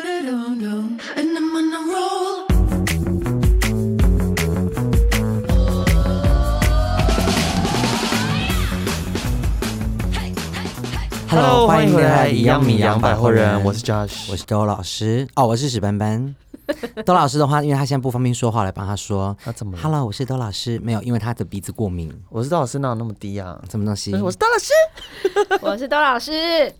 And I'm on a roll. Hello，欢迎回来，一样米米阳阳百货人，我我是是 Josh，我是周老师哦，我是史班 班。周老师的话，因为他现在不方便说话，来帮他说。啊怎么了 Hello，我是周老师，没有，因为他的鼻子过敏，我知道老师哪有那么低啊？什么东 西？我是大老师，我是窦老师，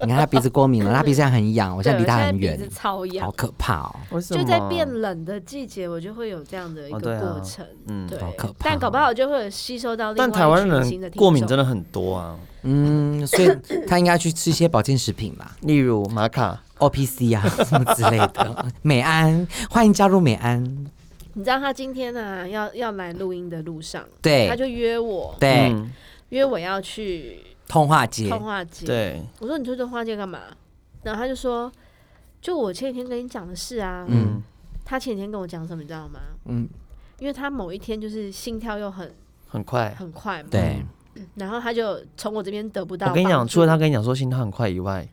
你看他鼻子过敏了，他鼻子现在很 痒，我现在对离他我很现在远鼻子，超好痒，可怕哦。为什么就在变冷的季节，我就会有这样的一哦对个啊过程，嗯对好可怕但搞不好就会有吸收到另但外台湾一群新的人听过敏众真的很多啊，嗯，所以他应该去吃一些保健食品啦例如玛卡， ，OPC 啊 什么之类的。美安，欢迎加入美安。你知道他今天呢、啊要要来录音的路上，对哎他就约我，对，嗯约我要去通话节通化街。对，我说你去通化街干嘛？然后他就说，就我前几天跟你讲的事啊。嗯，他前几天跟我讲什么，你知道吗？嗯，因为他某一天就是心跳又很很快。很快嘛，对，嗯然后他就从我这边得不到我帮助。跟你讲，除了他跟你讲说心跳很快以外，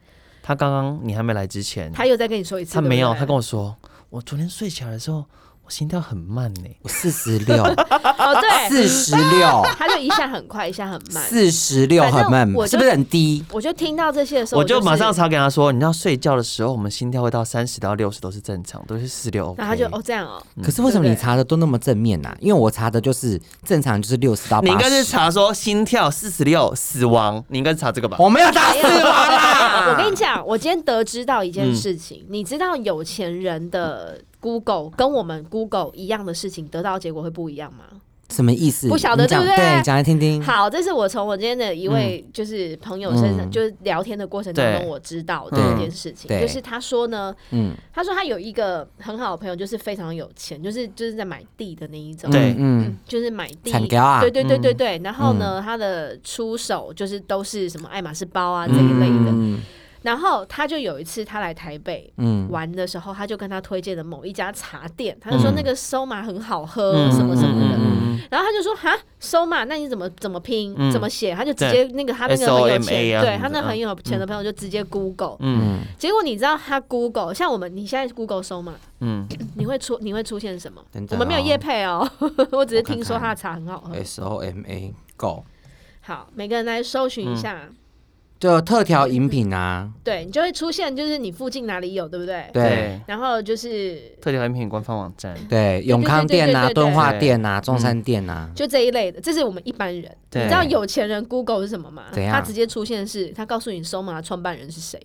他刚刚你还没来之前，他又再跟你说一次，他没有，他跟我我说，我昨天睡起来的时候，我心跳很慢呢。我四十六， 哦，对，四十六，他就一下很快，一下很慢。四十六很慢反正，我就是不是很低？我就听到这些的时候，我就马上是，查给他说，你知道睡觉的时候，我们心跳会到三十到六十都是正常，都是四六。然后他就哦这样哦，可是为什么对你不对查的都那么正面呐、啊因为我查的就是正常就是六十到你应哦八该是十。查说心跳四十六死亡，你应该是查这个吧？我没有打没死有我啦！我跟你讲，我今天得知到一件事情，嗯你知道有钱人的 Google 跟我们 Google 一样的事情，得到结果会不一样吗？什么意思？不晓得你讲对不对对，讲来听嗯听。好，这是我从我今天的一位就是朋友身上，嗯就是聊天的过程当中对我知道的嗯一件事情，对就是他说呢，嗯，他说他有一个很好的朋友，就是非常有钱，就是就是在买地的那一种，对嗯，嗯，就是买地惨掉啊对对对对嗯对。然后呢，他的出手就是都是什么爱马仕包啊这一类的。嗯然后他就有一次他来台北嗯玩的时候，他就跟他推荐的某一家茶店，他就说那个收马很好喝，嗯什么什么的。嗯然后他就说哈，收嘛，那你怎么怎么拼，嗯怎么写？他就直接那个他那个很 SOMA 有钱，啊对什么的他那很有钱的朋友就直接 Google，、嗯嗯，结果你知道他 Google，像我们你现在 Google 收嘛，嗯，你会出你会出现什么等？等我们没有哦夜配哦， 我只是我看听说看他的茶很好哎喝。 S O M A Go 好，每个人来搜寻一下，嗯就特调饮品啊，对你就会出现，就是你附近哪里有，对不对？对对，然后就是特调饮品官方网站，对，永康店啊，对对对对对敦化店嗯啊，中山店啊，就这一类的，这是我们一般人。你对知道有钱人 Google 是什么吗？怎样他直接出现是，他告诉你收马的创办人是谁。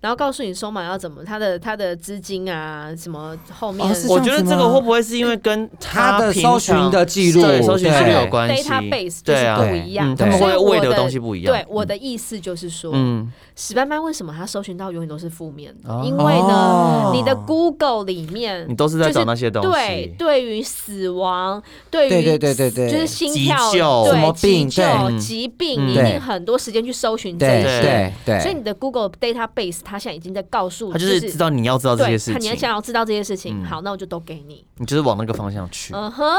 然后告诉你收马要怎么，他的他的资金啊，什么后面哦是这我样觉子吗得这个会不会是因为跟他的平搜常寻的记录，对搜寻他是对有的关系 database 就对是啊不一样，嗯他们所以会为我的东西不一样对，我的意思就是说，嗯史班班为什么他搜寻到永远都是负面的？哦因为呢哦，你的 Google 里面你都是在找那些东西，对，对于死亡，对于对对对对对就是心跳、急救对什么病急救对疾病，嗯你一定很多时间去搜寻这对些。对对，所以你的 Google database 它现在已经在告诉，他就就是知道你要知道这对，些事它你要情，想要知道这些事情，嗯好，那我就都给你。你就是往那个方向去。嗯哼，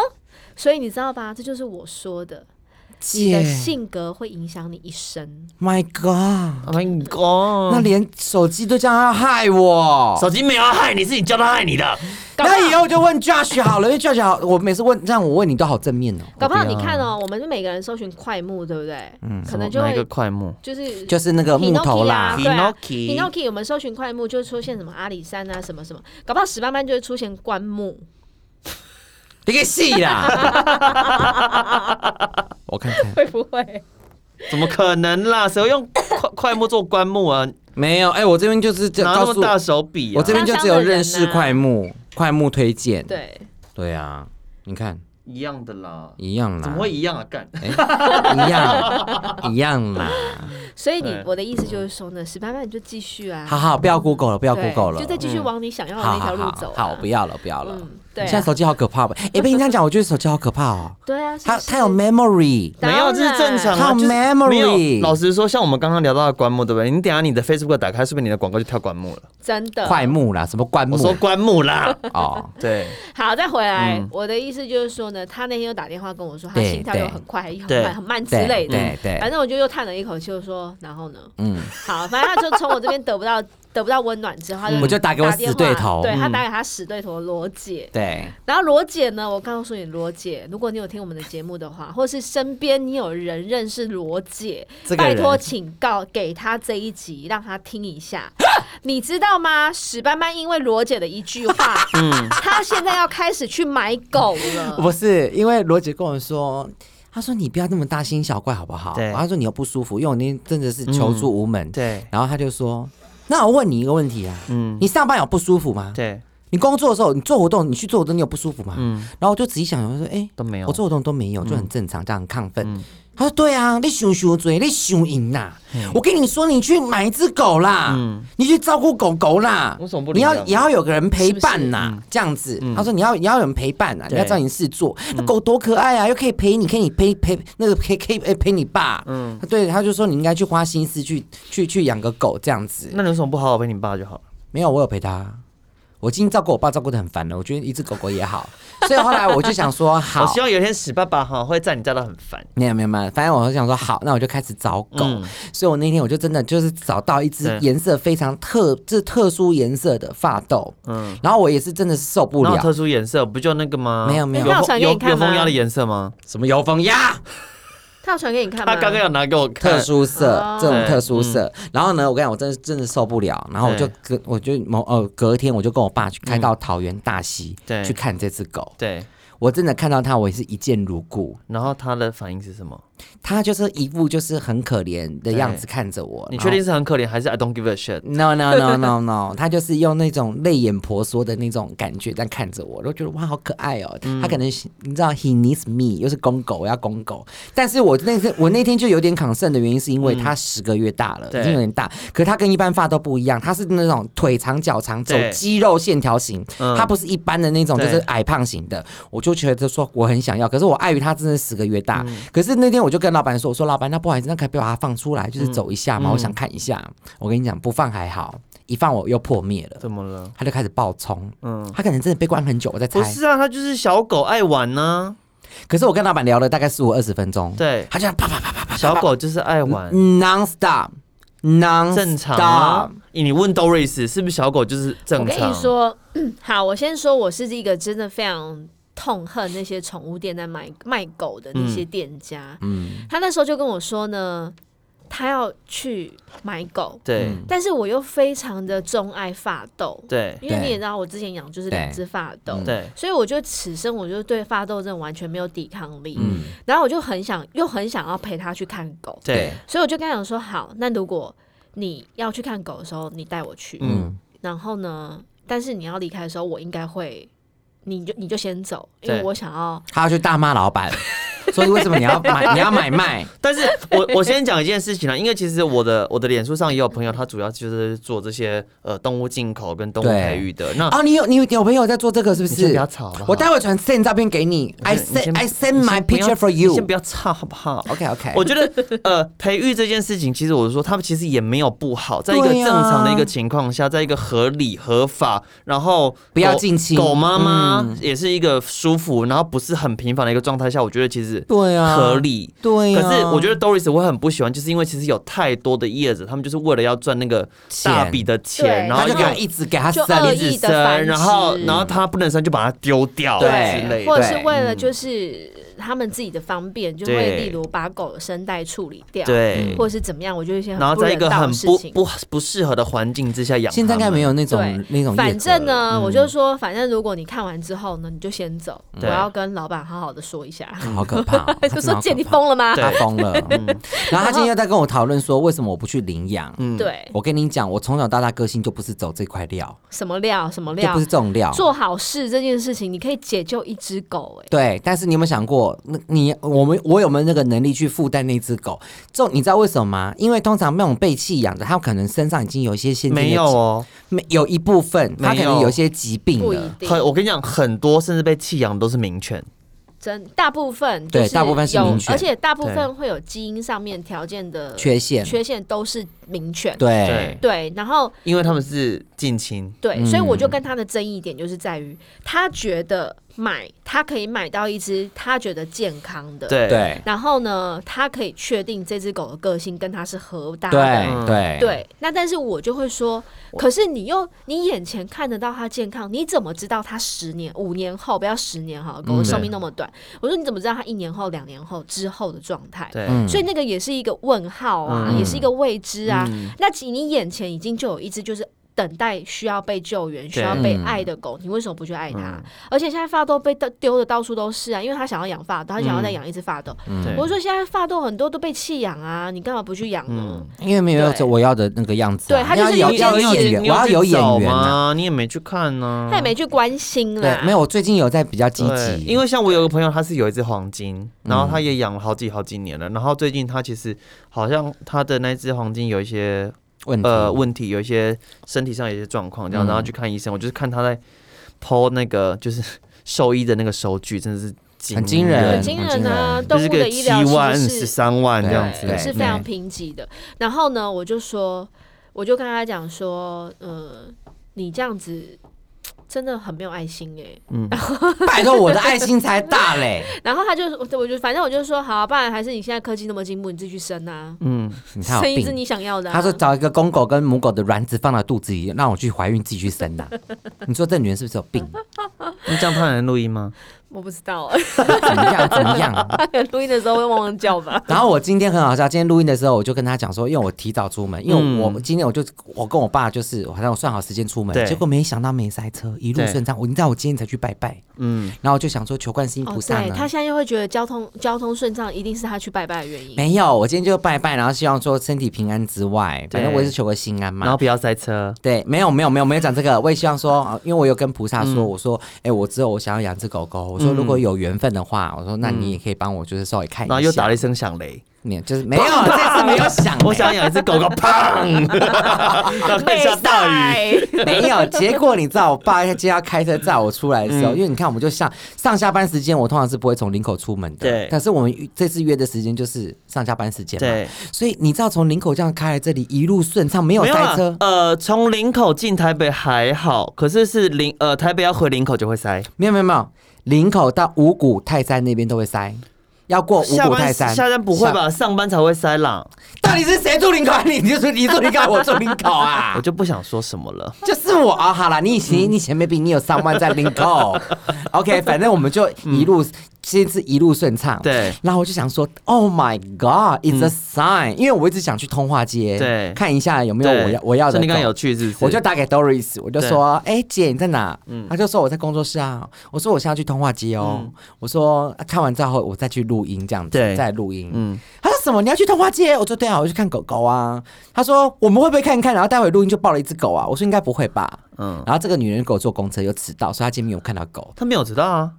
所以你知道吧？这就是我说的，你的姐性格会影响你一生。 ，My God， Oh my god！那连手机都这样要害我，手机没有要害你，是你叫他害你的。搞不那以好，后就问 Josh 好了，因为 Josh 好，我每次问这样，我问你都好正面哦。搞不好你我不要看哦，我们每个人搜寻快木，对不对？嗯，可能就哪一个会快木就是就是那个木头啦 Pinocchio 对啊 Pinocchio Pinoki 我们搜寻快木就会出现什么阿里山啊，什么什么，搞不好史班班就会出现棺木。你个戏啦！我看看，会不会？怎么可能啦？谁会用 快快木做棺木啊？没有，哎、我这边就是这拿那告么诉、大手笔、啊，我这边就只有认识快木，快木推荐。啊对，对啊，你看一样的啦，一样啦，怎么会一样啊？干，一样一样啦？所以你对我的意思就是说呢，史班班你就继续啊，好好，不要 Google 了，不要对 Google 了，就再继续往你想要的好那好条路好走啊。好，不要了，不要了。嗯，对现在啊，手机好可怕吧？哎、被你这样讲，我觉得手机好可怕 哦。对啊，是它不是它有 memory，当没有，这是正常然啊。就是没有 memory 老实说，像我们刚刚聊到的棺木，对不对？你等一下你的 Facebook 打开，是不是你的广告就跳棺木了？真的快木啦，什么灌木我说棺木啦，哦，啊 对，好，再回来嗯，我的意思就是说呢，呢，他那天又打电话跟我说，他对心跳又很快，很对慢，很慢之对类的。对对，反正我就又叹了一口气，就说：“然后呢？嗯，好，反正他就从我这边得不到得不到温暖之后，他就我就打给我打电死话对头，对他嗯打给他死对头罗姐。对，然后罗姐呢，我告诉你，罗姐，如果你有听我们的节目的话，或是身边你有人认识罗姐，这个拜人托请告给她这一集，让她听一 下。你知道吗？史斑斑因为罗姐的一句 话，嗯她现在要开始去买狗了。不是，因为罗姐跟我说，她说你不要那么大惊小怪好不好？对嗯她说你又不舒服，因为我那天真的是求助无门。对然后她就说，那我问你一个问题啊，嗯，你上班有不舒服吗？对，你工作的时候，你做活动，你去做活动，你有不舒服吗？嗯，然后我就仔细想，我说，哎、都没有。嗯我做活动都没有，就很正常，这样很亢奋。她说：“对啊，你想想嘴，你想赢啦！我跟你说，你去买一只狗啦，你去照顾狗狗啦。嗯为什么不你领要养啊也要有个人陪伴是呐不是嗯，这样子。他说你要你要有人陪伴啊，你对嗯要找你事做。那狗多可爱啊，又可以陪你，可以陪陪那个陪可以陪陪你爸。嗯，对，他就说你应该去花心思去去去养个狗这样子。那你为什么不好好陪你爸就好了？没有，我有陪他。我今天照顾我爸照顾的很烦了，我觉得一只狗狗也好。所以后来我就想 说，好我，希望有一天史爸爸哈会在你家到很烦。没有没有没有，反正我就想说好，那我就开始找狗，嗯所以我那天我就真的就是找到一只对颜色非常特，这特殊颜色的发豆，嗯，然后我也是真的受不然后啊了，哎特殊颜色不就那个吗？没有没有有那我风传给有你看有风吗压的颜色吗？什么油封鸭，她有传给你看吗？他刚刚有拿给我看特，殊色、哦这种特殊色，嗯然后呢，我跟你讲，我真的真的受不了，然后我就跟我就某呃隔天我就跟我爸去开到桃园大溪、嗯对去看这只狗，对，我真的看到它，我也是一见如故，然后他的反应是什么？它就是一副就是很可怜的样子看着我，你然确后定是很可怜，还是 I don't give a shit？ No no no no no，他就是用那种泪眼婆娑的那种感觉在看着我，我就觉得哇，好可爱哦。嗯他可能是你知道，he needs me，又是公狗，我要公狗。但是我那天我那天就有点抗胜的原因，是因为他十个月大了，对已经有点大。可是他跟一般发都不一样，他是那种腿长脚长，走对肌肉线条型，嗯他不是一般的那种，就对是矮胖型的。我就觉得说我很想要，可是我碍于他真的十个月嗯大。可是那天我就跟老板说，我说老板，那不好意思，那可以不要把它放出来，就是嗯走一下嘛，我想看一下。我跟你讲，不放还好，一放我又破灭了，怎么了？他就开始爆冲。嗯，他可能真的被关很久，我在猜不。是啊，他就是小狗爱玩呢、可是我跟老板聊了大概十五二十分钟， 对他就这样啪啪啪啪啪，小狗就是爱玩， non stop non 正常啊。咦你问 Doris 是不是小狗就是我正跟常？你说， 好，我先说，我是一个真的非常痛恨那些宠物店在卖卖狗的那些店家。嗯，他那时候就跟我说呢，他要去买狗，对、嗯但是我又非常的钟爱发豆，对嗯因为对你也知道，我之前养就是对两只发豆。对，所以我就此生我就对发豆症完全没有抵抗力，嗯然后我就很想又很想要陪他去看狗，对，所以我就跟他讲说，好，那如果你要去看狗的时候，你带我去，嗯，然后呢，但是你要离开的时候，我应该会，你就你就先走，因对为我想要他要去大骂老板， 所以为什么你要 买你要买卖？但是我 我先讲一件事情啊啦，因为其实我的我的脸书上也有朋友，他主要就是做这些呃动物进口跟动物对培育的。那、哦，你有你有有朋友在做这个是不嗯你先是？不要吵好不好我待会传 send 照片给你。I 你先 send I 你 send 先 my 不要 picture for 你 you 先。不要吵好不好？ OK OK，我觉得，呃，培育这件事情，其实我是说，他们其实也没有不好，在一个对正啊常的一个情况下，在一个合理合法，然后不要狗近亲嗯狗妈妈也是一个舒服，然后不是很频繁的一个状态下，我觉得其实对啊合理。对可啊。是我觉得 Doris 我很不喜欢，就是因为其实有太多的业者，他们就是为了要赚那个大笔的钱，钱然他后就又给他一直给他就生，恶一意直的生，繁殖然后然后他不能生就把它丢掉对之类或的。者是对为了就是他们自己的方便，就会嗯对例如把狗的声带处理掉，，嗯对，或者是怎么样，我觉得一些然后很不在一人个道很的事不情。不不适合的环境之下养它们。现在应该没有那种对那种。嗯反正，呢，我就说，反正如果你看完之后呢，你就先走。我对要跟老板好好的说一下，，好可怕哦 就说姐你疯，疯了吗？他疯 了。嗯然后他今天又在跟我讨论说，为什么我不去领养？对，我跟你讲，我从小到大个性就不是走这块料，什么料什么就料不是，这种料。做好事这件事情，你可以解救一只狗，哎，对，但是你有没有想过，那你我们我有没有那个能力去负担那只狗？这种你知道为什么吗？因为通常那种被弃养的，它可能身上已经有一些先天的没有疾哦，没有一部分，它可没能有有一些疾病不一了。定。很我跟你讲，很多甚至被弃养都是名犬，真大部分就对是大部分是有名犬而且大部对分会有基因上面条件的缺陷缺陷都是名犬。对对，对然后因为他们是近亲，对，所以我就跟他的争议点就是在于，他觉得买，他可以买到一只他觉得健康的。。对对然后呢，他可以确定这只狗的个性跟他是合搭的。对嗯对对，那但是我就会说，可是你又你眼前看得到它健康，你怎么知道它十年、五年后不要十年哈，狗的寿命那么短？我说你怎么知道它一年后、两年后之后的状态？对嗯所以那个也是一个问号啊，嗯也是一个未知啊。那其你眼前已经就有一只就是。等待需要被救援、需要被爱的狗，你为什么不去爱嗯它？而且现在发豆被丢丢的到处都是啊，因为他想要养发豆，他想要再养一只发豆。嗯嗯对我是说现在发豆很多都被弃养啊，你干嘛不去养呢？嗯因为没有对我要的那个样子啊、对他就是要有要这有个演员，我要有演员啊。啊，你也没去看啊呢、他也没去关心啦。对，没有，我最近有在比较积啊对，极，嗯因为像我有个朋友，他是有一只黄金，然后他也养了好几好几年了，然后最近他其实好像他的那只黄金有一些问题嗯呃问题，有一些身体上有一些状况，这样，然后去看医生。我就是看他在剖那个就是 兽医的那个收据，真的是很惊人很对惊很人惊啊！人就动是物个的医疗七万、其十实是三万这对样子对。是非常贫瘠的。然后呢，我就说，我就跟他讲说，呃，你这样子真的很没有爱心哎、 拜托我的爱心才大 嘞，然后他就，我我就反正我就说，好、啊，不然还是你现在科技那么进步，你自己去生啊，嗯，你才有生一只病。你想要的、啊。他说找一个公狗跟母狗的卵子放到肚子里，让我去怀孕，自己去生呐、 你说这女人是不是有病？ 那这样他还能录音吗？我不知道，啊怎么样？怎么样？ 他可能录音的时候会汪汪叫 吧。然后我今天很好笑，今天录音的时候我就跟他讲说，因为我提早出门，因为我、今天我就我跟我爸就是，好像我算好时间出门嗯对，结果没想到没塞车，一路对顺畅。我你知道我今天才去拜拜，嗯，然后我就想说求观世音哦菩，萨对呢。他现在又会觉得交通交通顺畅，一定是他去拜拜的原因。没有，我今天就拜拜，然后希望说身体平安之外，对反正我也是求个心安嘛。然后不要塞车。对，没有没有没有没有讲这个，我也希望说，呃因为我有跟菩萨说，我嗯说，哎、我之后我想要养只狗狗，我说如果有缘分的话，我说那你也可以帮我就是稍微看一下，然后又打了一声响雷，你就是 没有，这次没有想、我想养一只狗狗，砰！ 然后看一下大雨，雨，没有，结果你知道，我爸今天要开车载我出来的时候，嗯因为你看，我们就上上下班时间，我通常是不会从林口出门的。对但是我们这次约的时间就是上下班时间嘛。对。所以你知道，从林口这样开来这里，一路顺畅，没有没有塞啊车，呃，从林口进台北还好，可是是林呃台北要回林口就会塞。没有没有没有，林口到五股泰山那边都会塞，要过五下股班泰山。下班不会下？吧？上班才会塞啦。到底是谁住林口？ 你你就说你住林口，我住林口我 啊。就不想说什么了。就是我啊，好啦，你以前你以前没比你有上万在林 口，OK，反正我们就一路、先是一路顺畅，嗯对嗯然后我就想说，Oh my God，it's a sign，、因为我一直想去通化街，对看一下有没有对我要我要的所狗。以你刚刚有去是不是？我就打给 Doris，我就对嗯说，哎、姐你在哪？她就说我在工作室啊。我说我现在要去通化街哦。我说、啊看完之后我再去录音这样子，对再录音。嗯她说什么？你要去通化街？我说对啊，我去看狗狗啊。她说我们会不会看一看，然后待会录音就抱了一只狗啊？我说应该不会吧。嗯，然后这个女人给我坐公车又迟到，所以她今天没有看到狗，他没有知道啊。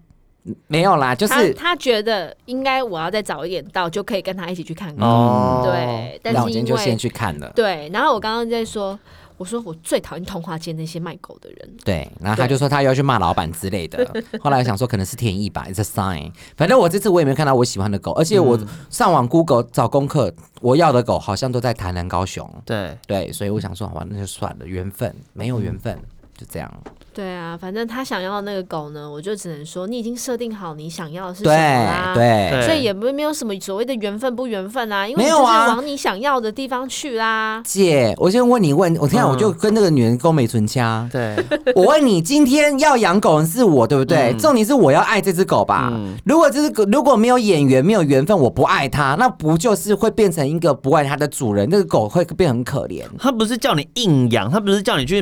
没有啦，就是他他觉得应该我要再早一点到，就可以跟他一起去看看。嗯哦对，但那我是今天因就先为去看了。对，然后我刚刚在说，我说我最讨厌通化街那些卖狗的人。对，然后他就说他要去骂老板之类的。 后来我想说可能是天意吧，it's a sign。反正我这次我也没有看到我喜欢的狗，而且我上网 Google 找功课，我要的狗好像都在台南、高雄。对，对，所以我想说，好吧，那就算了，缘分没有缘分，就这样。对啊，反正他想要的那个狗呢，我就只能说你已经设定好你想要的是什对么啦。对，所以也没没有什么所谓的缘分不缘分啊，因为没你有就是啊往你想要的地方去啦。姐，我先问你问，我天啊，嗯我就跟那个女人勾眉啊唇掐。对， 我问你，今天要养狗的是我，对不对？重点是我要爱这只狗吧。嗯如果这只狗如果没有眼缘、没有缘分，我不爱它，那不就是会变成一个不爱它的主人？那个狗会变很可怜。他不是叫你硬养，他不是叫你去，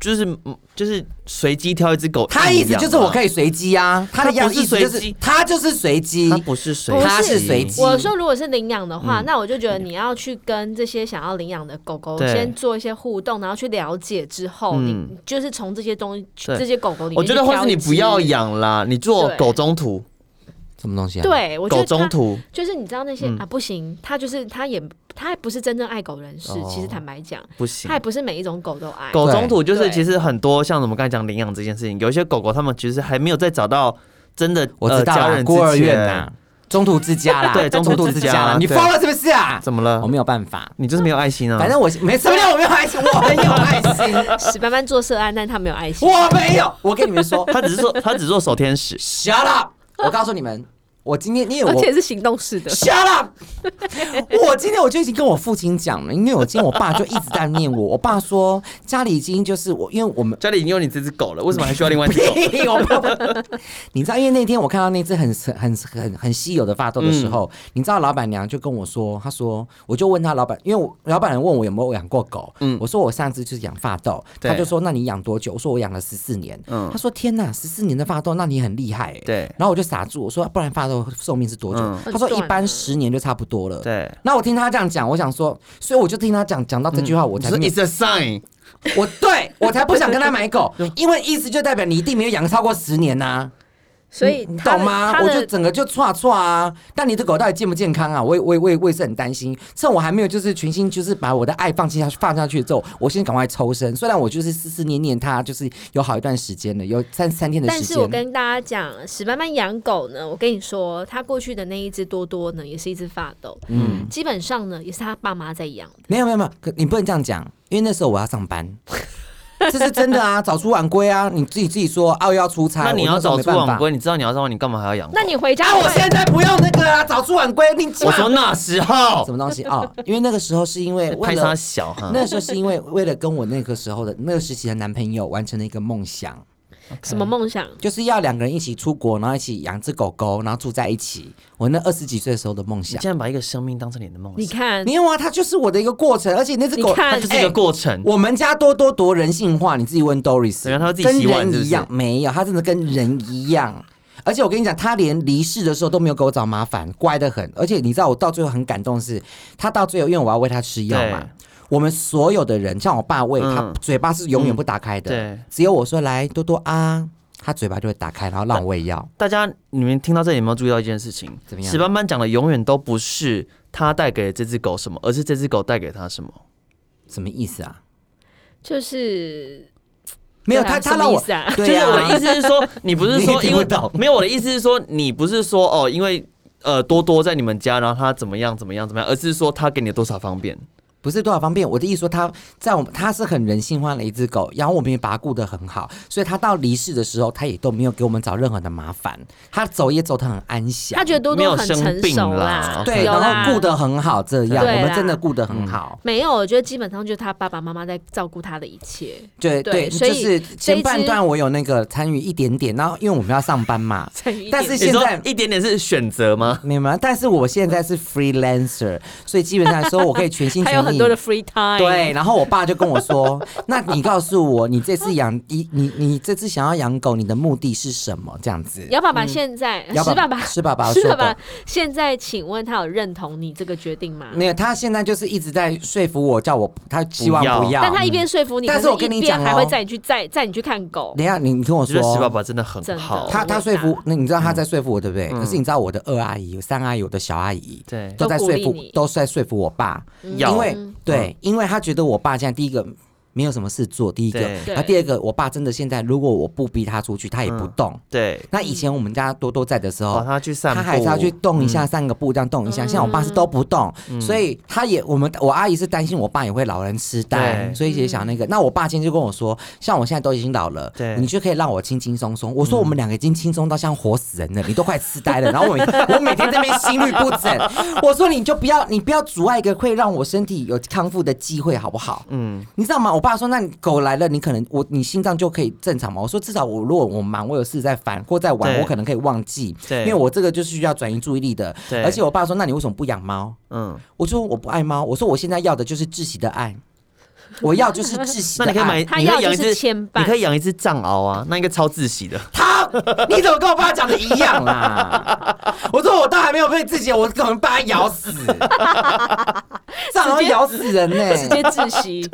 就是就是随机挑一只狗。啊它的意思就是我可以，以随机啊，它的样它不是意思就随是机它就是随机他。不是随不机，是它是随机我说，如果是领养的嗯话，那我就觉得你要去跟这些想要领养的狗狗对先做一些互动，然后去了解之后，嗯你你就是从这些东西、对这些狗狗里面，我觉得或是你不要。养啦，你做对狗中途，什么东西啊？，对，我觉狗得中它途，就是你知道那些、啊，不行，他就是他也他不是真正爱狗人士。其实坦白讲，不行他也。不是每一种狗都爱。狗中途就是对其实很多像我们刚才讲领养这件事情，有一些狗狗它们其实还没有再找到真的我知道呃、家啦，人孤儿之前院呐、啊中途之家啦，对中中途之之家啦，你对疯了是不是啊？怎么了我？没有办法，你就是没有爱心啊？反正我没什么 叫我没有爱心，我很有爱心，史班班做涉案，但他没有爱心。我没有。我跟你们说，他只是说他只是做守天使，shut up！我告诉你们，我今天因为而我且是行动式的， Shut up！我今天我就已经跟我父亲讲了，因为我今天我爸就一直在念我，我爸说家里已经就是我，因为我们。家里已经有你这只狗了，为什么还需要另外一 只狗？屁！ 我没有 你知道，因为那天我看到那只很很很很稀有的发豆的时候，嗯你知道老板娘就跟我说，她说，我就问她老板，因为我老板娘问我有没有养过狗，我说我上次就是养发豆，嗯对嗯她就说那你养多久？我说我养了十四年，她说天哪，十四年的发豆，那你很厉害、欸，对然后我就傻住，我说不然发豆寿命是多久？嗯她说一很短般啊十年就差不多了，对，那我听他这样讲，我想说，所以我就听他讲讲到这句话，我嗯你才说没 It's a sign，我 对我才不想跟他买狗，因为意思就代表你一定没有养超过十年呐、所以你他懂的吗？他我就的整个就歘歘啊！但你的狗到底健不健康啊？我也我也我也我也是很担心。趁我还没有就是全心就是把我的爱放弃下去放下去之后，我先赶快抽身。虽然我就是思思念念它，就是有好一段时间了，有三三天的时但间。是我跟大家讲，史班班养狗呢，我跟你说，他过去的那一只多多呢，也是一只发豆，嗯，基本上呢也是他爸妈在养的。没有没有没有，可你不能这样讲，因为那时候我要上班， 这是真的啊，早出晚归啊，你自己自己说，啊，我要出差，那你我要时候早没出办法晚归，。你知道你要上班，你干嘛还要养狗？那你回家啊，会，我现在不用那个啊，早出晚归，你 我说那时候什么东西啊、哦？ 因为那个时候是因为为拍他嗯了小哈，那时候是因为为了跟我那个时候的那个时期的男朋友完成了一个梦想，什么梦想？就是要两个人一起出国，然后一起养只狗狗，然后住在一起。我那二十几岁的时候的梦你想，竟然把一个生命当成你的梦你想，看没，有啊，它就是我的一个过程，而且那只狗你看它就是一个哎过程。我们家多多多人性化，你自己问 Doris，嗯啊怎么样他会自己洗碗跟人是不一是样，没有，他真的跟人一样。而且我跟你讲，他连离世的时候都没有给我找麻烦，乖得很。而且你知道，我到最后很感动的是，他到最后，因为我要喂他吃药嘛对，我们所有的人，像我爸喂、嗯他，嘴巴是永远不打开的，对只有我说来多多啊，他嘴巴就会打开，然后让我喂药。大家，你们听到这里有没有注意到一件事情？怎么样史班班讲的永远都不是他带给这只狗什么，而是这只狗带给他什么。什么意思啊？就是没有对啊他，他什么让我意思啊就是对啊，我的意思是说，你不是 你也说听因不为懂没有我的意思是说，你不是说哦，因为呃多多在你们家，然后他怎么样怎么样怎么样，而是说他给你多少方便。不是多少方便，我的意思说，它在我们它是很人性化的一只狗，然后我们也把它顾得很好，所以它到离世的时候，它也都没有给我们找任何的麻烦，它走也走得很安详他，觉得多没有多很生成病熟啦啦，对，有啦然后顾得很好，这样啊对啦我们真的顾得很好，没有，我觉得基本上就是他爸爸妈妈在照顾他的一切。对对，嗯对所就以是前半这一段我有那个参与一点点，然后因为我们要上班嘛，参与一点但是你现说在。一点点是选择吗？明白，但是我现在是 freelancer，所以基本上说我可以 全心他全意。有很多的 free time， 对，，然后我爸就跟我说：“ 那你告诉我，你这次养一你你这次想要养狗，你的目的是什么？”这样子。姚爸爸现在，姚石爸爸，石嗯爸爸石说爸的爸，现在，请问他有认同你这个决定吗？嗯没有，他现在就是一直在说服我，叫我他希望不要不要。但他一边说服你，但是可是我跟你一边讲哦还会载你去载载你去看狗。等一下，你你听我我觉得说，史爸爸真的很好真。他我他也说服打，那你知道他在说服我对不对？可是你知道我的二阿姨、三阿姨、我的小阿姨，对都在嗯都鼓说励服你，嗯都是在说服我爸，要嗯因为对，因为他觉得我爸现在第一个没有什么事做，第一个，对然后第二个，我爸真的现在如果我不逼他出去，他也不动。对，那以前我们家多多在的时候，哦他去散步嗯他还是要去动一下、散个步，这样动一下。像我爸是都不动，所以他也我们我阿姨是担心我爸也会老人痴呆，对所以也想那个。那我爸今天就跟我说，像我现在都已经老了，对嗯你就可以让我轻轻松松。我说我们两个已经轻松到像活死人了，你都快痴呆 了。然后我每我每天这边心律不整，我说你就不要你不要阻碍一个会让我身体有康复的机会，好不好？嗯，你知道吗？我爸说，那你狗来了，你可能我你心脏就可以正常嘛。我说至少我如果我忙，我有事在烦或在玩，对我可能可以忘记，对因为我这个就是需要转移注意力的。对而且我爸说，那你为什么不养猫？嗯，我说我不爱猫，我说我现在要的就是窒息的爱，我要就是窒息 那的你可以买，爱。啊他你可要以养就一只，是牵绊你可以养一只藏獒啊，那应该超窒息 的。 他，你怎么跟我爸讲的一样啦？ 我说我倒还没有被自己，我可能把它咬 死，这样会咬死人 呢、直接窒息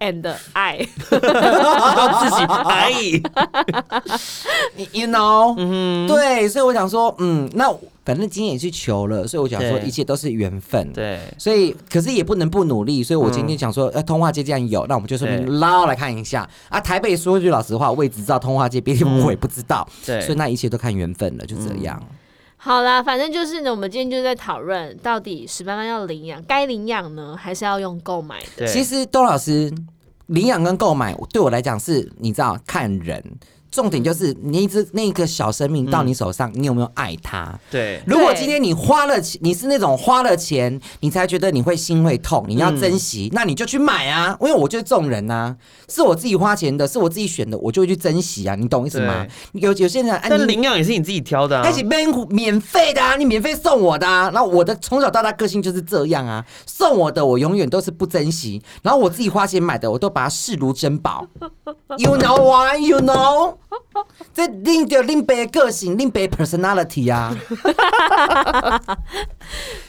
and 爱，自己哎，你 you know，、对，嗯所以我想说，嗯，那反正今天也去求了，所以我想说，对一切都是缘分。。对，所以，可是也不能不努力，所以我今天想说，呃，通化街既然有，那我们就顺便对捞来看一下啊。台北说句老实话，我也只知道通化街，别的我也不知道，嗯对嗯所以那一切都看缘分了，就这样。好啦，反正就是呢，我们今天就在讨论到底史班班要领养，该领养呢，还是要用购买对，的？其实窦老师领养跟购买对我来讲是，你知道看人，重点就是你一只那个小生命嗯到你手上，你有没有爱它？对如果对今天你花了钱，你是那种花了钱，你才觉得你会心会痛，你要珍惜，嗯那你就去买啊！因为我就是这种人啊，是我自己花钱的，是我自己选的，我就会去珍惜啊！你懂意思吗？有有些人啊，但你领养也是你自己挑的啊开。始免免费的啊，你免费送我的啊，然后我的从小到大个性就是这样啊，送我的我永远都是不珍惜，然后我自己花钱买的我都把它视如珍 宝。You know why? You know？这另就另别个性，另别 personality 啊。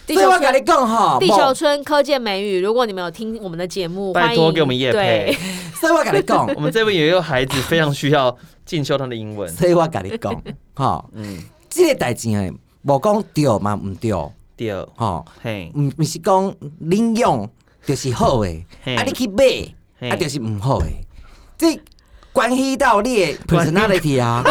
地所以球我跟你村，讲哈，地球某村科建美语，如果你们有听我们的节目，拜欢托迎给我们业配对，，所以我跟你讲， 我们这边有一个孩子非常需要进修他的英文。所以我跟你讲，哈，嗯，这个代志诶，无讲对嘛，唔对，第二，哈。嘿，毋毋是讲领用就是好诶，嘿啊你去买嘿啊就是毋好诶，这关系到你诶 personality 啊。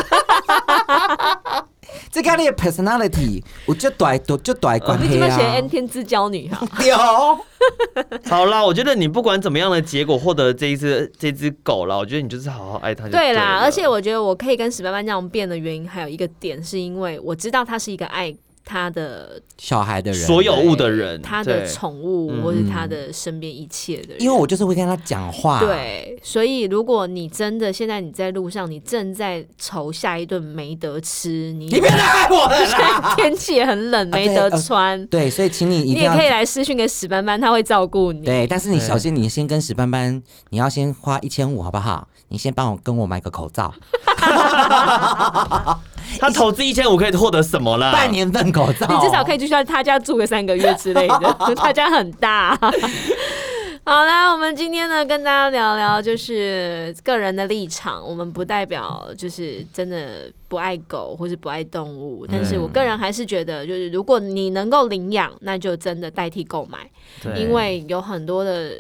这跟你的 personality 有足大有足大的关哦你系怎么写啊 N！天之娇女哈？对哦， 好啦，我觉得你不管怎么样的结果获得这一只这只狗啦，我觉得你就是好好爱它就对了啦，而且我觉得我可以跟史班班这样变的原因，还有一个点是因为我知道他是一个爱他的小孩的人，所有物的人，他的对宠物或是他的身边一切的人，因为我就是会跟他讲话，，对，所以如果你真的现在你在路上，你正在愁下一顿没得吃，你。你别来害我了啦天气也很冷，没得穿， 对，所以请你一你定也要可以来私讯给史班班，他会照顾你。对，但是你小心，你先跟史班班，你要先花一千五好不好？你先帮我跟我买个口罩，他投资一千五可以获得什么啦？半年份口罩， 你至少可以去在他家住个三个月之类的，他家很大。好啦，我们今天呢跟大家聊聊就是个人的立场，我们不代表就是真的不爱狗或是不爱动物，但是我个人还是觉得，就是如果你能够领养，那就真的代替购买，对因为有很多的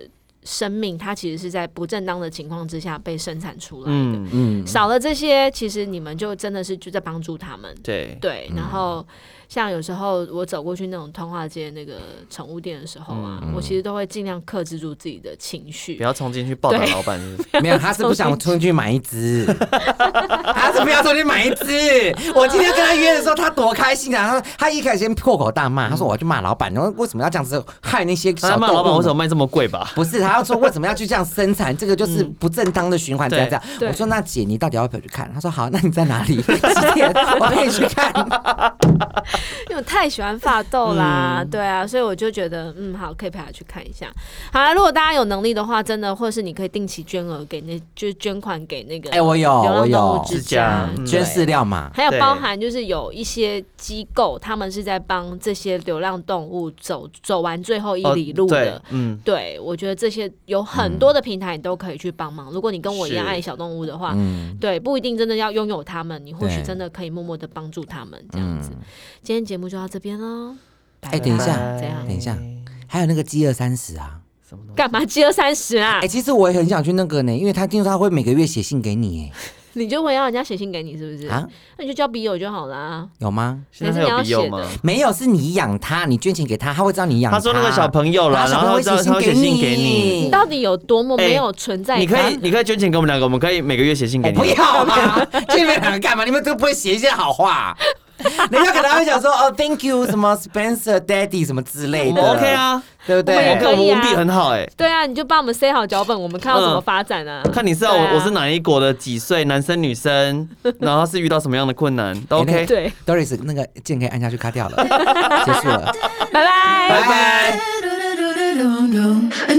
生命它其实是在不正当的情况之下被生产出来的，嗯，嗯，少了这些，其实你们就真的是就在帮助他们。对，对，然后像有时候我走过去那种通化街那个宠物店的时候啊，我其实都会尽量克制住自己的情嗯绪不。要冲进去暴打对老板，是不是没 有，他是不想出去买一只，他是不要出去买一只。我今天跟他约的时候，他多开心啊！他他一开始先破口大骂，他说我要去骂老板，然后为什么要这样子害那些他小骂动老板物为什么呢？卖这么贵吧？不是，他要说为什么要去这样生产，这个就是嗯不正当的循环，这样这样。对我说那姐，你到底要不要去看？他说好，那你在哪里？几点？我陪你去看。因为我太喜欢发豆啦，嗯对啊，所以我就觉得嗯好，可以陪他去看一下。好啦，如果大家有能力的话，真的，或者是你可以定期捐额给那，就是捐款给那个哎，我有，流我浪动有物之之家家嗯捐对饲料嘛。还有对包含就是有一些机构，他们是在帮这些流浪动物走走完最后一哦里路的。对嗯，对，我觉得这些有很多的平台你都可以去帮忙。如果你跟我一样是爱小动物的话，嗯，对，不一定真的要拥有它们，你或许对真的可以默默的帮助他们这样嗯子。今天节目就到这边喽。哎，等一下，怎样等一下，还有那个饥饿三十啊。什么东西？干嘛饥饿三十啊哎、？其实我也很想去那个呢，因为他听说他会每个月写信给你，你就会让人家写信给你，是不是？哎，啊，那你就交笔友就好啦。有吗？现在还有笔友吗？没有，是你养他，你捐钱给他，他会知道你养他说那个小朋友啦，然后小朋友会然后他写他会写信信给你，你到底有多么嗯哎没有存在你可以感？你可以捐钱给我们两个，我们可以每个月写信我给你不。要嘛，这你们两个干嘛？你们都不会写一些好 话，人家可能会想说哦，Thank you 什么 Spencer Daddy 什么之类我的们 OK，啊，对不我我们也看对？可以我们啊文笔很好哎。对啊，你就帮我们塞好脚本，我们看到怎么嗯发展啊。看你是要对啊我我是哪一国的几岁男生女 生，然后是遇到什么样的困难都 OK。对， Doris 哎那个键可以按下去卡掉了，结束了，拜拜拜拜。 And